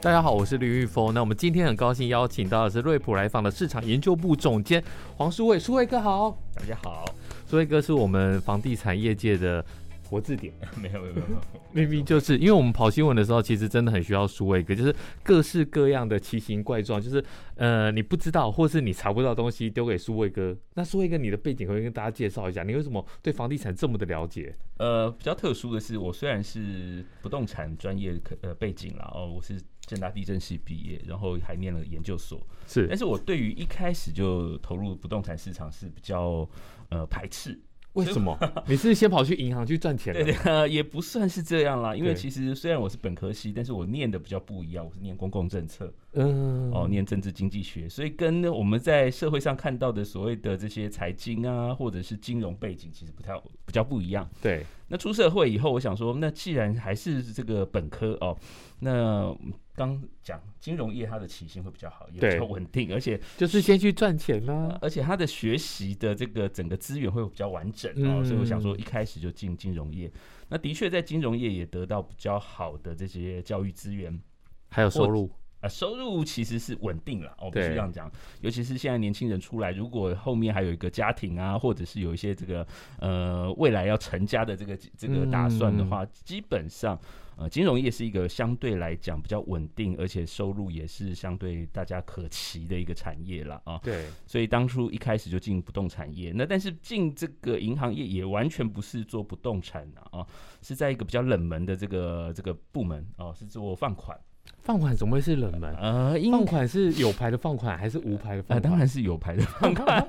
大家好，我是李玉峰。那我们今天很高兴邀请到的是瑞普来访的市场研究部总监黄书伟，书伟哥好，大家好，书伟哥是我们房地产业界的活字典， 没有没有没有，明明就是因为我们跑新闻的时候，其实真的很需要书伟哥，就是各式各样的奇形怪状，就是呃你不知道或是你查不到的东西丢给书伟哥。那书伟哥，你的背景可不可以跟大家介绍一下，你为什么对房地产这么的了解？呃，比较特殊的是，我虽然是不动产专业科呃背景啦，哦，我是正大地震系毕业，然后还念了研究所，但 是是我对于一开始就投入不动产市场是比较呃排斥，为什么？你是先跑去银行去赚钱对了？对、呃也不算是这样啦，因为对其实虽然我是本科系，但是我念的比较不一样，我是念公共政策，嗯，哦，念政治经济学，所以跟我们在社会上看到的所谓的这些财经啊，或者是金融背景，其实不太比较不一样。对，那出社会以后，我想说，那既然还是这个本科哦，那刚讲金融业它的起薪会比较好，也对比较稳定，而且、就是先去赚钱啦、而且它的学习的这个整个资源会比较完整哦，嗯所以我想说，一开始就进金融业，那的确在金融业也得到比较好的这些教育资源。还有收入。啊，收入其实是稳定哦了，我必须对这样讲。尤其是现在年轻人出来，如果后面还有一个家庭啊，或者是有一些这个呃未来要成家的这个这个打算的话，基本上呃金融业是一个相对来讲比较稳定，而且收入也是相对大家可期的一个产业了啊。对，所以当初一开始就进不动产业，那但是进这个银行业也完全不是做不动产的啊，是在一个比较冷门的这个这个部门哦、是做放款。放款怎么会是冷门？呃，因放款是有牌的放款还是无牌的放啊，款？当然是有牌的放款。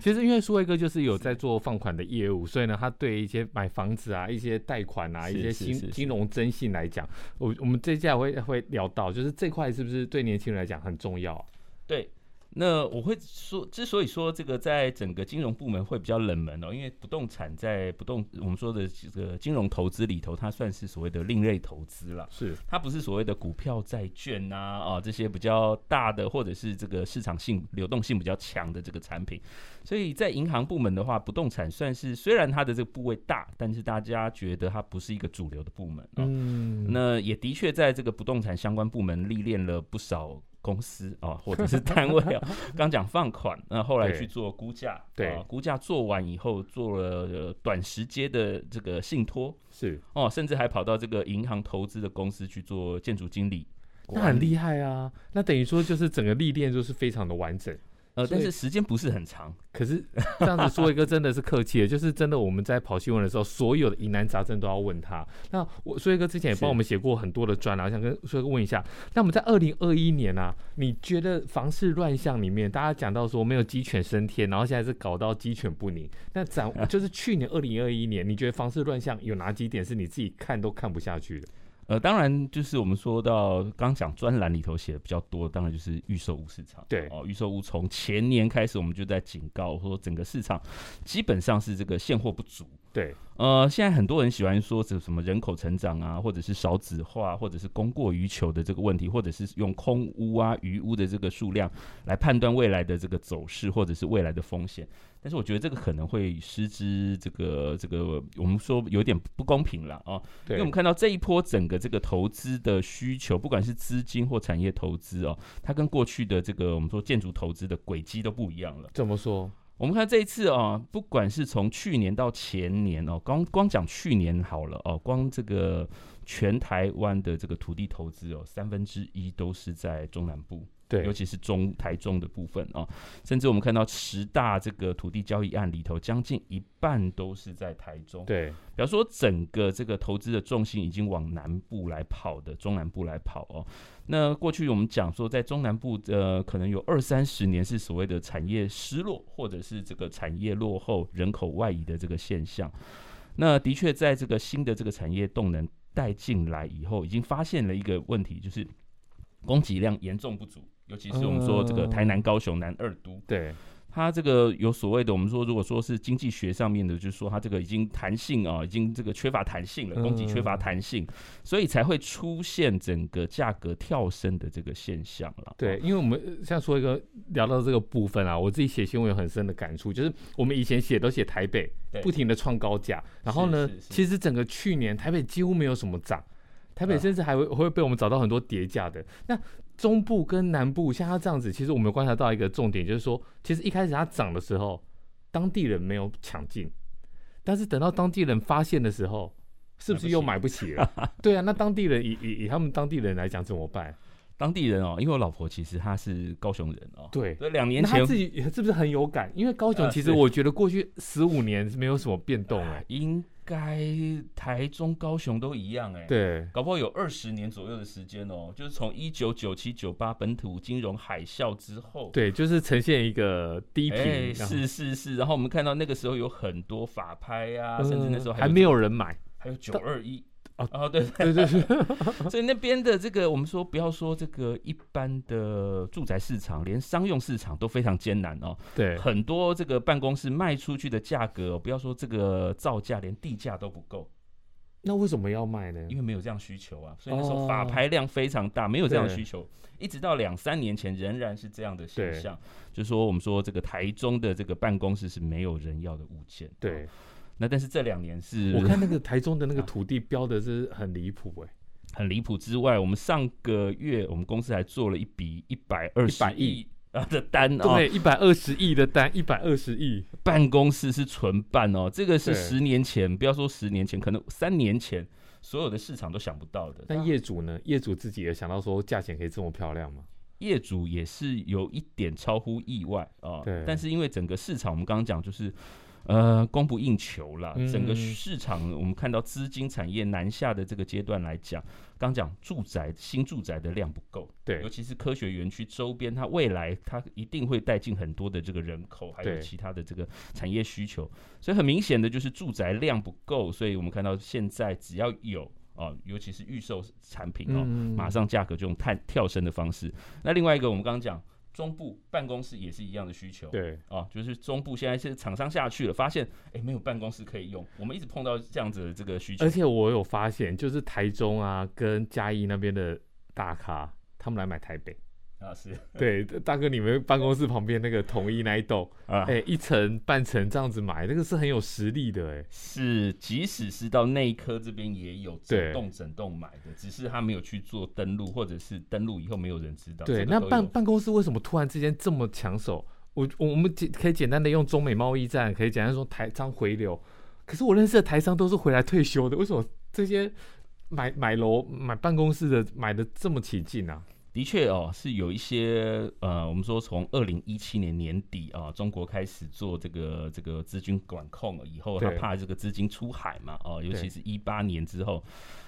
其实因为苏威哥就是有在做放款的业务，所以呢，他对一些买房子啊、一些贷款啊、是一些是是金是金融征信来讲，我我们这一下会会聊到，就是这块是不是对年轻人来讲很重要？ 啊对，那我会说，之所以说这个在整个金融部门会比较冷门哦，因为不动产在不动我们说的这个金融投资里头，它算是所谓的另类投资啦。是它不是所谓的股票、债券啊啊这些比较大的，或者是这个市场性流动性比较强的这个产品。所以在银行部门的话，不动产算是虽然它的这个部位大，但是大家觉得它不是一个主流的部门、哦。嗯，那也的确在这个不动产相关部门历练了不少公司啊，或者是单位 啊。刚讲放款，那后来对去做估价，对啊估价做完以后，做了、呃短时间的这个信托是，哦，甚至还跑到这个银行投资的公司去做建筑经理。那很厉害啊！那等于说就是整个历练就是非常的完整。呃，所以但是时间不是很长，可 是这样子说一个真的是客气的，就是真的我们在跑新闻的时候，所有的疑难杂症都要问他。那我所以哥之前也帮是我们写过很多的专栏，我想跟所以哥问一下，那我们在二零二一年啊，你觉得房市乱象里面，大家讲到说没有鸡犬升天，然后现在是搞到鸡犬不宁。那展就是去年二零二一年，你觉得房市乱象有哪几点是你自己看都看不下去的？呃，当然就是我们说到刚讲专栏里头写的比较多，当然就是预售屋市场。对哦，预售屋从前年开始我们就在警告说，整个市场基本上是这个现货不足。对，呃，现在很多人喜欢说这什么人口成长啊，或者是少子化，或者是供过于求的这个问题，或者是用空屋啊、余屋的这个数量来判断未来的这个走势，或者是未来的风险。但是我觉得这个可能会失之这个这个，我们说有点不公平了哦。因对为我们看到这一波整个这个投资的需求，不管是资金或产业投资哦，它跟过去的这个我们说建筑投资的轨迹都不一样了。怎么说？我们看这一次哦，不管是从去年到前年哦，光光讲去年好了哦，光这个全台湾的这个土地投资哦，三分之一都是在中南部，对尤，其是中台中的部分哦，甚至我们看到十大这个土地交易案里头，将近一半都是在台中。对，比方说整个这个投资的重心已经往南部来跑的，中南部来跑哦。那过去我们讲说，在中南部呃，可能有二三十年是所谓的产业失落，或者是这个产业落后、人口外移的这个现象。那的确，在这个新的这个产业动能带进来以后，已经发现了一个问题，就是供给量严重不足，尤其是我们说这个台南、高雄南二都，对，它这个有所谓的，我们说如果说是经济学上面的，就是说它这个已经弹性啊，已经这个缺乏弹性了，供给缺乏弹性，嗯所以才会出现整个价格跳升的这个现象了。对，因为我们呃像说一个聊到这个部分啊，我自己写新闻有很深的感触，就是我们以前写都写台北对不停的创高价，然后呢是是，是其实整个去年台北几乎没有什么涨，台北啊甚至还会会被我们找到很多叠价的。那中部跟南部像它这样子，其实我们有观察到一个重点，就是说，其实一开始它涨的时候，当地人没有抢进，但是等到当地人发现的时候。是不是又买不起了？ 对啊，那当地人以以以他们当地人来讲怎么办？当地人哦，因为我老婆其实她是高雄人哦，对，所以两年那他前自己也是不是很有感？因为高雄呃其实是我觉得过去十五年是没有什么变动哎、应该台中、高雄都一样哎、。对，搞不好有二十年左右的时间哦，就是从一九九七九八本土金融海啸之后，对，就是呈现一个低频，哎，然后是是是，然后我们看到那个时候有很多法拍啊，甚至那时候嗯还还没有人买。还有九到二一哦哦， 对，对对对，所以那边的这个我们说不要说这个一般的住宅市场，连商用市场都非常艰难哦， 对很多这个办公室卖出去的价格哦，不要说这个造价，连地价都不够，那为什么要卖呢因？为没有这样需求啊，所以那时候嗯哦法拍量非常大，没有这样的对需求，一直到两三年前仍然是这样的现对象，就是说我们说这个台中的这个办公室是没有人要的物件，对，那但是这两年是我看那个台中的那个土地标的是很离谱哎，很离谱之外，我们上个月我们公司还做了一笔一百二十100亿啊的单哦，对，一百二十亿的单，一百二十亿，办公室是纯办哦，这个是对十年前，不要说十年前，可能三年前所有的市场都想不到的。但业主呢？业主自己也想到说价钱可以这么漂亮吗？业主也是有一点超乎意外啊、对但是因为整个市场，我们刚刚讲就是。呃，供不应求啦。嗯整个市场，我们看到资金产业南下的这个阶段来讲，刚讲住宅新住宅的量不够，对尤其是科学园区周边，它未来它一定会带进很多的这个人口，还有对其他的这个产业需求，所以很明显的就是住宅量不够，所以我们看到现在只要有啊、尤其是预售产品哦，嗯马上价格就用探跳升的方式。那另外一个我们刚刚讲中部办公室也是一样的需求，对，啊，就是中部现在是厂商下去了，发现哎、诶没有办公室可以用，我们一直碰到这样子的这个需求而，且我有发现，就是台中啊跟嘉义那边的大咖，他们来买 台北。啊是对，大哥，你们办公室旁边那个统一那一栋，啊哎、一层半层这样子买，那个是很有实力的、哎，啊是，即使是到内科这边也有整对栋整栋买的，只是他没有去做登录，或者是登录以后没有人知道。对，这个那都办有办公室为什么突然之间这么抢手？我我我们简可以简单的用中美贸易战，可以简单说台商回流，可是我认识的台商都是回来退休的，为什么这些买买楼买办公室的买的这么起劲啊？的确哦，是有一些呃，我们说从二零一七年年底啊、中国开始做这个这个资金管控以后，他对怕这个资金出海嘛，哦、尤其对是一八年之后，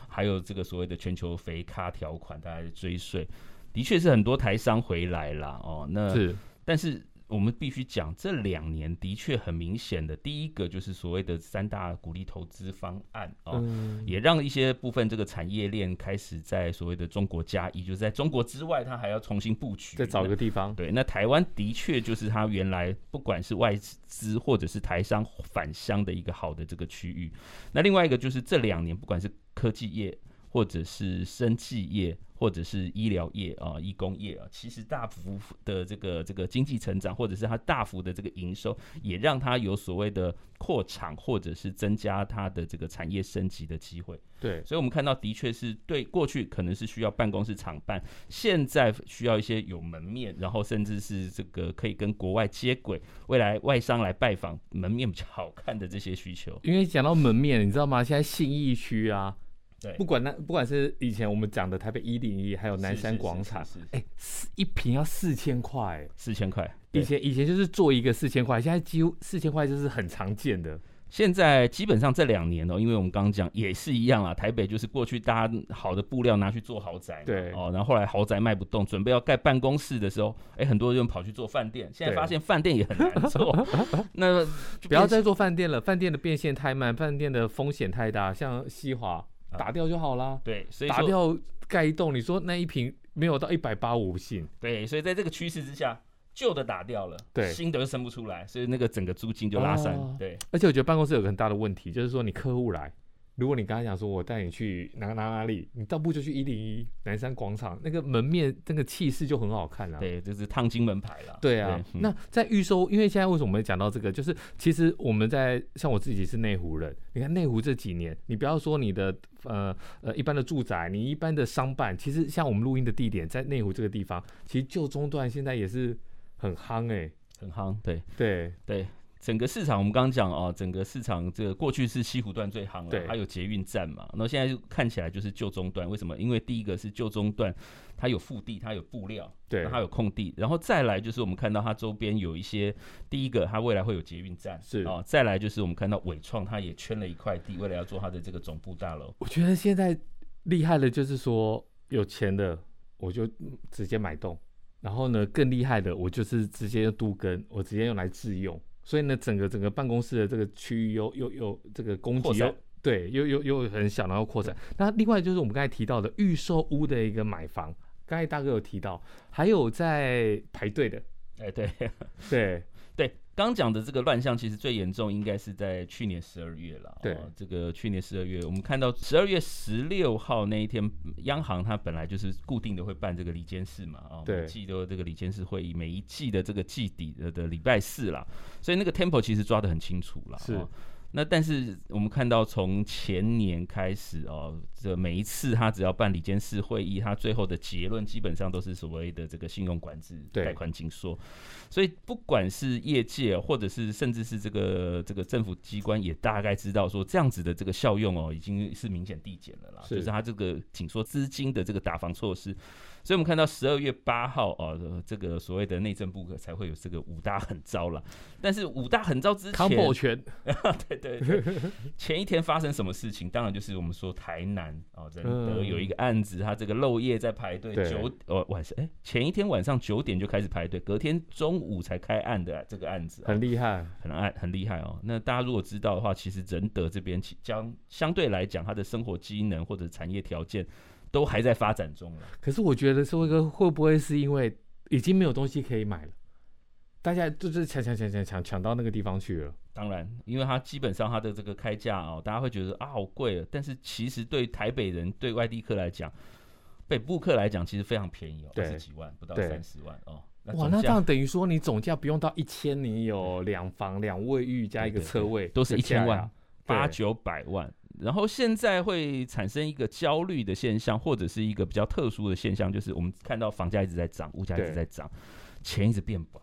还有这个所谓的全球肥咖条款，大家追税，的确是很多台商回来啦，哦，那是但是我们必须讲，这两年的确很明显的，第一个就是所谓的三大鼓励投资方案啊、嗯，也让一些部分这个产业链开始在所谓的中国加一，就是在中国之外，它还要重新布局。再找那个地方，对，那台湾的确就是它原来不管是外资或者是台商返乡的一个好的这个区域。那另外一个就是这两年，不管是科技业，或者是生技业，或者是医疗业啊、医工业啊，其实大幅的这个这个经济成长，或者是它大幅的这个营收，也让它有所谓的扩产或者是增加它的这个产业升级的机会。对，所以我们看到，的确是对过去可能是需要办公室厂办，现在需要一些有门面，然后甚至是这个可以跟国外接轨，未来外商来拜访，门面比较好看的这些需求。 因为讲到门面，你知道吗？现在信义区啊，对不管那不管是以前我们讲的台北一零一，还有南山广场，哎，四一瓶要四千块。四千块，以前以前就是做一个四千块，现在几乎四千块就是很常见的。现在基本上这两年哦，因为我们刚刚讲也是一样啦，台北就是过去大家好的布料拿去做豪宅嘛，对哦，然后后来豪宅卖不动，准备要盖办公室的时候，哎，很多人跑去做饭店，现在对发现饭店也很难 做，那就不要变再做饭店了，饭店的变现太慢，饭店的风险太大，像西华啊打掉就好啦。对，所以打说掉盖一栋，你说那一平没有到一百八，我不信。对，所以在这个趋势之下。旧的打掉了，对新的又生不出来，所以那个整个租金就拉散。哦对，而且我觉得办公室有个很大的问题，就是说你客户来，如果你跟他讲说我带你去哪哪哪里，你倒不如就去一零一南山广场，那个门面那个气势就很好看了、啊。对，就是烫金门牌了。对啊，嗯那在预售，因为现在为什么我们讲到这个，就是其实我们在像我自己是内湖人，你看内湖这几年，你不要说你的呃呃一般的住宅，你一般的商办，其实像我们录音的地点在内湖这个地方，其实旧中段现在也是很夯哎、很夯。对，对对，整个市场我们刚刚讲哦，整个市场这个过去是西湖段最夯了，对它有捷运站嘛，那现在就看起来就是旧中段，为什么？因为第一个是旧中段，它有腹地，它有布料，对那它有空地，然后再来就是我们看到它周边有一些，第一个它未来会有捷运站，是哦，再来就是我们看到伟创它也圈了一块地，未来要做它的这个总部大楼，我觉得现在厉害的就是说，有钱的我就直接买栋，然后呢更厉害的，我就是直接用都跟，我直接用来自用。所以呢，整个整个办公室的这个区域又又又这个供扩给又散对又又又很小，然后扩展。那另外就是我们刚才提到的预售屋的一个买房，刚才大哥有提到，还有在排队的，哎，对对对。刚讲的这个乱象，其实最严重应该是在去年十二月了。对哦，这个去年十二月，我们看到十二月十六号那一天，央行它本来就是固定的会办这个里监事嘛，啊、对每季都有这个里监事会议，每一季的这个季底的的礼拜四啦，所以那个 tempo 其实抓得很清楚了。是哦那但是我们看到从前年开始哦，这每一次他只要办里监事会议，他最后的结论基本上都是所谓的这个信用管制、对贷款紧缩。所以不管是业界或者是甚至是这个这个政府机关，也大概知道说这样子的这个效用哦，已经是明显递减了啦。是就是它这个紧缩资金的这个打房措施，所以我们看到十二月八号哦，呃这个所谓的内政部才会有这个五大狠招啦。但是五大狠招之前， combo 全 对对 对，前一天发生什么事情？当然就是我们说台南哦，仁德嗯有一个案子，他这个漏夜在排队，对九呃晚上哎、前一天晚上九点就开始排队，隔天中午才开案的啊这个案子、很厉害，很爱很厉害哦。那大家如果知道的话，其实仁德这边其将相对来讲，它的生活机能或者产业条件都还在发展中了。可是我觉得社会哥会不会是因为已经没有东西可以买了，大家就是抢抢抢抢抢抢到那个地方去了？当然，因为它基本上它的这个开价哦，大家会觉得啊好贵了，但是其实对台北人、对外地客来讲，北部客来讲其实非常便宜哦，二对十几万不到对三十万哦。哇，总那这价样等于说你总价不用到一千，你有两房两卫浴加一个车位，都是这价1000万呀，八对九百万。然后现在会产生一个焦虑的现象，或者是一个比较特殊的现象，就是我们看到房价一直在涨，物价一直对在涨，钱一直变薄。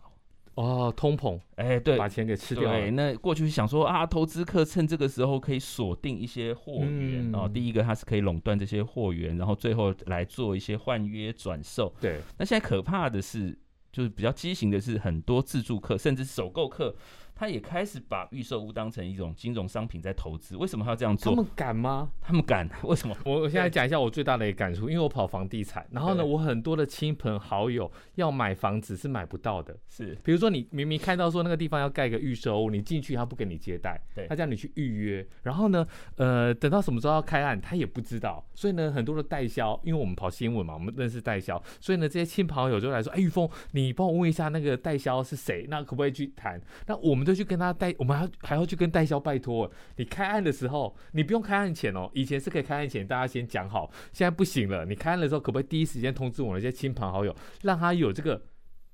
哦，通膨哎，对，把钱给吃掉对，了，那过去想说啊，投资客趁这个时候可以锁定一些货源、嗯哦。第一个，它是可以垄断这些货源，然后最后来做一些换约转售。对那现在可怕的是，就是比较畸形的是，很多自住客甚至首购客，他也开始把预售屋当成一种金融商品在投资。为什么他要这样他做？们敢吗？他们敢？ 为什么？我我现在讲一下我最大的一个感触，因为我跑房地产，然后呢，对我很多的亲朋好友要买房子是买不到的，是比如说你明明看到说那个地方要盖个预售屋，你进去他不跟你接待对，他叫你去预约，然后呢，呃，等到什么时候要开案，他也不知道，所以呢，很多的代销，因为我们跑新闻嘛，我们认识代销，所以呢，这些亲朋好友就来说，哎，玉峰，你帮我问一下那个代销是谁，那可不可以去谈？那我们就去跟他代，我们还要还要去跟代销拜托，你开案的时候，你不用开案前哦，以前是可以开案前大家先讲好，现在不行了，你开案的时候可不可以第一时间通知我们这些亲朋好友，让他有这个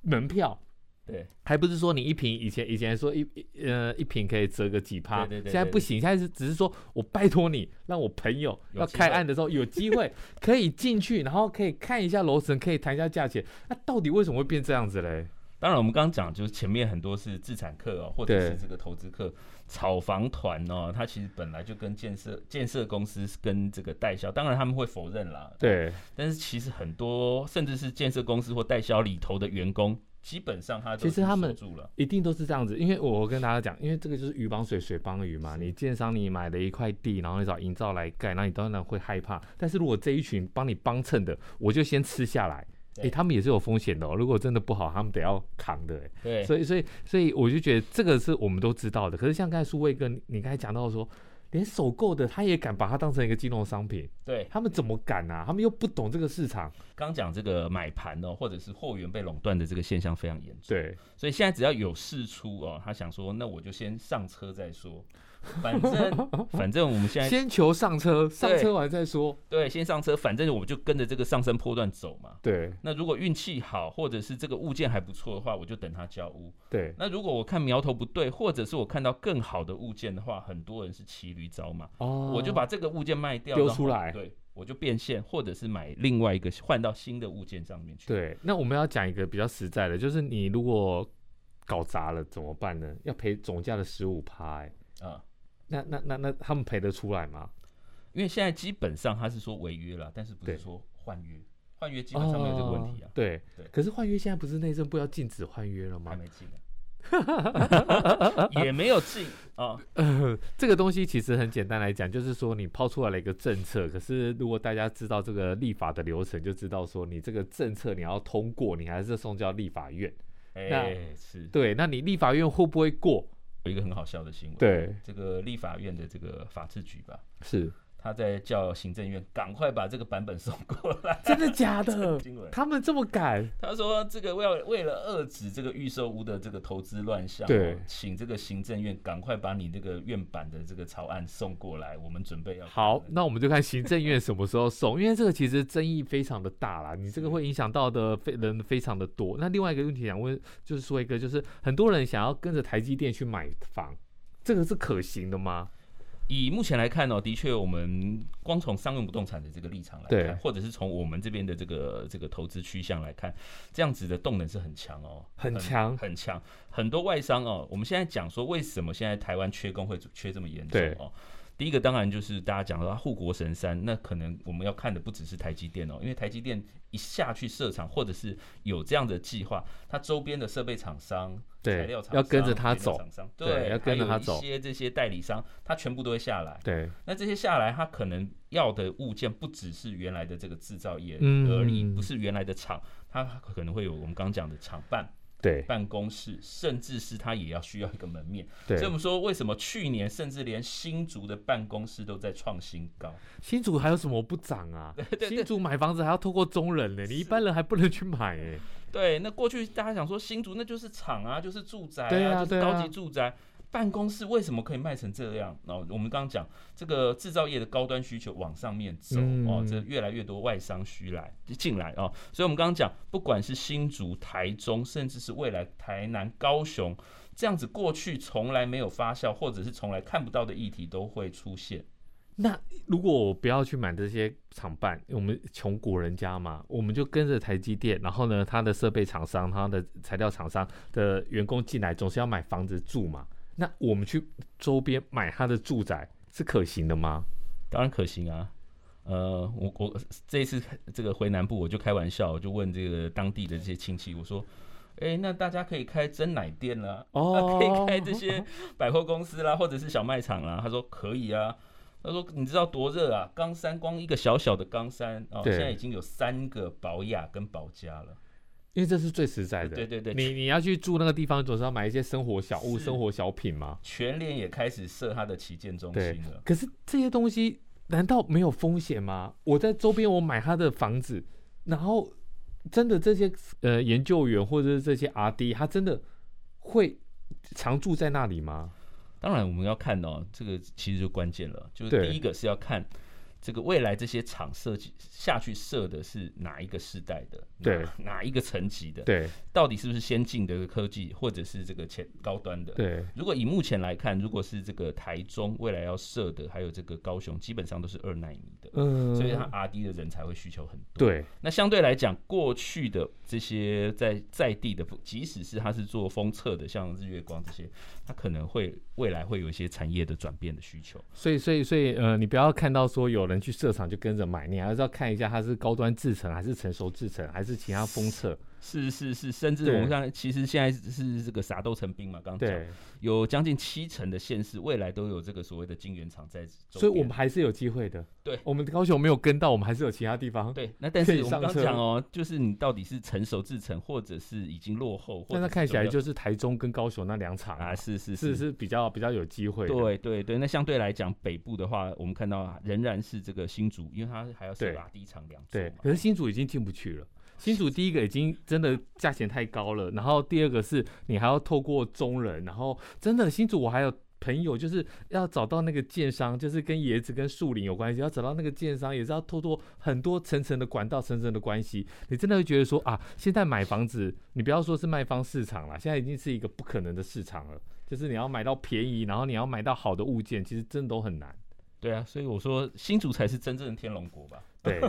门票？对还不是说你一瓶以前以前说一一呃一瓶可以折个几趴，对对对对现在不行，现在是只是说我拜托你，让我朋友有要机开会案的时候有机会 可以进去，然后可以看一下楼层，可以谈一下价钱。那到底为什么会变这样子嘞？当然，我们刚刚讲就是前面很多是自产客哦，或者对是这个投资客炒房团哦，他其实本来就跟建设建设公司是跟这个代销，当然他们会否认啦，，对但是其实很多甚至是建设公司或代销里头的员工，基本上它都其实是他锁们住了，一定都是这样子，因为我我跟大家讲，因为这个就是鱼帮水，水帮鱼嘛。你建商你买了一块地，然后你找营造来盖，那你当然会害怕。但是如果这一群帮你帮衬的，我就先吃下来。诶、对他们也是有风险的哦。如果真的不好，他们得要扛的、诶对，所以，所以，所以我就觉得这个是我们都知道的。可是像刚才苏卫哥，你你刚才讲到说，连首购的他也敢把它当成一个金融商品，对，他们怎么敢啊？他们又不懂这个市场。刚讲这个买盘哦，或者是货源被垄断的这个现象非常严重，对，所以现在只要有事出哦，他想说，那我就先上车再说，反 正反正我们现在先求上车，上对车完再说。对先上车，反正我们就跟着这个上升波段走嘛。对，那如果运气好，或者是这个物件还不错的话，我就等它交屋。对，那如果我看苗头不对，或者是我看到更好的物件的话，很多人是骑驴找马，哦我就把这个物件卖掉丢然后出来对，我就变现，或者是买另外一个换到新的物件上面去。对，那我们要讲一个比较实在的，就是你如果搞砸了怎么办呢？要赔总价的十五趴，欸啊，那那那那他们赔得出来吗？因为现在基本上他是说违约了，但是不对是说换约，换约基本上没有这个问题啊哦，对，对可是换约现在不是内政部要禁止换约了还吗？没进啊， 也没有进 啊， 这个东西其实很简单来讲，就是说你抛出来了一个政策，可是如果大家知道这个立法的流程，就知道说你这个政策你要通过，你还是送交立法院。哎，是对，那你立法院会不会过？有一个很好笑的新闻，，对，这个立法院的这个法制局吧，是他在叫行政院赶快把这个版本送过来。 真的假的新闻？他们这么敢？他说这个为了为了遏止这个预售屋的这个投资乱象，哦对请这个行政院赶快把你这个院版的这个草案送过来，我们准备要好，看了那我们就看行政院什么时候送，因为这个其实争议非常的大啦，你这个会影响到的非人非常的多。那另外一个问题想问，就是说一个，就是很多人想要跟着台积电去买房，这个是可行的吗？以目前来看呢、的确，我们光从商用不动产的这个立场来对看，或者是从我们这边的这个这个投资趋向来看，这样子的动能是很强哦，很强很强。很多外商哦，我们现在讲说为什么现在台湾缺工会缺这么严重对哦？第一个当然就是大家讲到它护国神山，那可能我们要看的不只是台积电哦，因为台积电一下去设厂，或者是有这样的计划，它周边的设备厂商、对材料厂商要跟着它原料走厂商对对，要跟着还它有走一些这些代理商，它全部都会下来。对，那这些下来，他可能要的物件不只是原来的这个制造业嗯而已，不是原来的厂，它可能会有我们刚刚讲的厂办、对，办公室，甚至是它也要需要一个门面。对所以我们说，为什么去年甚至连新竹的办公室都在创新高？新竹还有什么不涨啊？新竹买房子还要透过中人呢、你一般人还不能去买哎、对，那过去大家想说新竹那就是厂啊，就是住宅啊，对啊就是对高啊级住宅。办公室为什么可以卖成这样？然后我们刚刚讲这个制造业的高端需求往上面走、嗯哦，这越来越多外商需来进来哦，所以我们刚刚讲，不管是新竹、台中，甚至是未来台南、高雄这样子过去从来没有发酵或者是从来看不到的议题都会出现。那如果我不要去买这些厂办，我们穷国人家嘛，我们就跟着台积电，然后呢，它的设备厂商、它的材料厂商的员工进来，总是要买房子住嘛。那我们去周边买它的住宅是可行的吗？当然可行啊。呃，我我这一次这个回南部，我就开玩笑，我就问这个当地的这些亲戚，我说。哎、那大家可以开真奶店啦，哦 可以开这些百货公司啦，或者是小卖场啦。他说可以啊，他说你知道多热啊？冈山光一个小小的冈山哦，对现在已经有三个保雅跟保家了。因为这是最实在的。对对对你你要去住那个地方，总是要买一些生活小物、是生活小品嘛。全联也开始设它的旗舰中对心了，。可是这些东西难道没有风险吗？我在周边我买他的房子，然后真的这些呃研究员或者是这些 R D，他真的会常住在那里吗？当然，我们要看哦，这个其实就关键了，就是对第一个是要看这个未来这些厂设计下去设的是哪一个世代的，对哪哪一个层级的，，对到底是不是先进的科技，或者是这个前高端的，。对如果以目前来看，如果是这个台中未来要设的，还有这个高雄，基本上都是二纳米的，嗯，所以它 R D 的人才会需求很多。对那相对来讲，过去的这些在在地的，即使是它是做封测的，像日月光这些，它可能会未来会有一些产业的转变的需求。所以所以所以呃，你不要看到说有人去设厂就跟着买，你还是要看一下它是高端制成还是成熟制成还是其他封测。是是是，甚至对我们看，其实现在是这个撒豆成兵嘛，刚刚讲对，有将近七成的县市未来都有这个所谓的晶圆厂在周边，所以我们还是有机会的。对我们高雄没有跟到，我们还是有其他地方。，对，那但可以是我们上刚车讲哦，就是你到底是成熟制成，或者是已经落后，或但它者是看起怎么来样就是台中跟高雄那两场啊，是是是是比较比较有机会的。对对对，那相对来讲，北部的话，我们看到啊仍然是这个新竹，因为它还要设对拉低场两座对，嘛。可是新竹已经进不去了。新竹第一个已经真的价钱太高了，然后第二个是你还要透过中人，然后真的新竹我还有朋友就是要找到那个建商，就是跟椰子跟树林有关系，要找到那个建商也是要透过很多层层的管道、层层的关系，你真的会觉得说啊，现在买房子你不要说是卖方市场啦，现在已经是一个不可能的市场了，就是你要买到便宜，然后你要买到好的物件，其实真的都很难。对啊，所以我说新竹才是真正的天龙国吧。对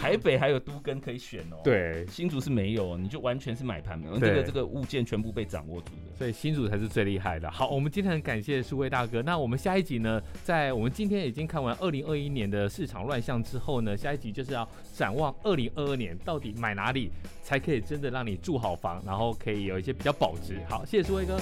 台北还有都根可以选哦。，对，新竹是没有，哦你就完全是买盘，没有对这个这个物件全部被掌握住的。所以新竹才是最厉害的。好，我们今天很感谢数位大哥。那我们下一集呢，在我们今天已经看完二零二一年的市场乱象之后呢，下一集就是要展望二零二二年到底买哪里才可以真的让你住好房，然后可以有一些比较保值。好，谢谢数位哥。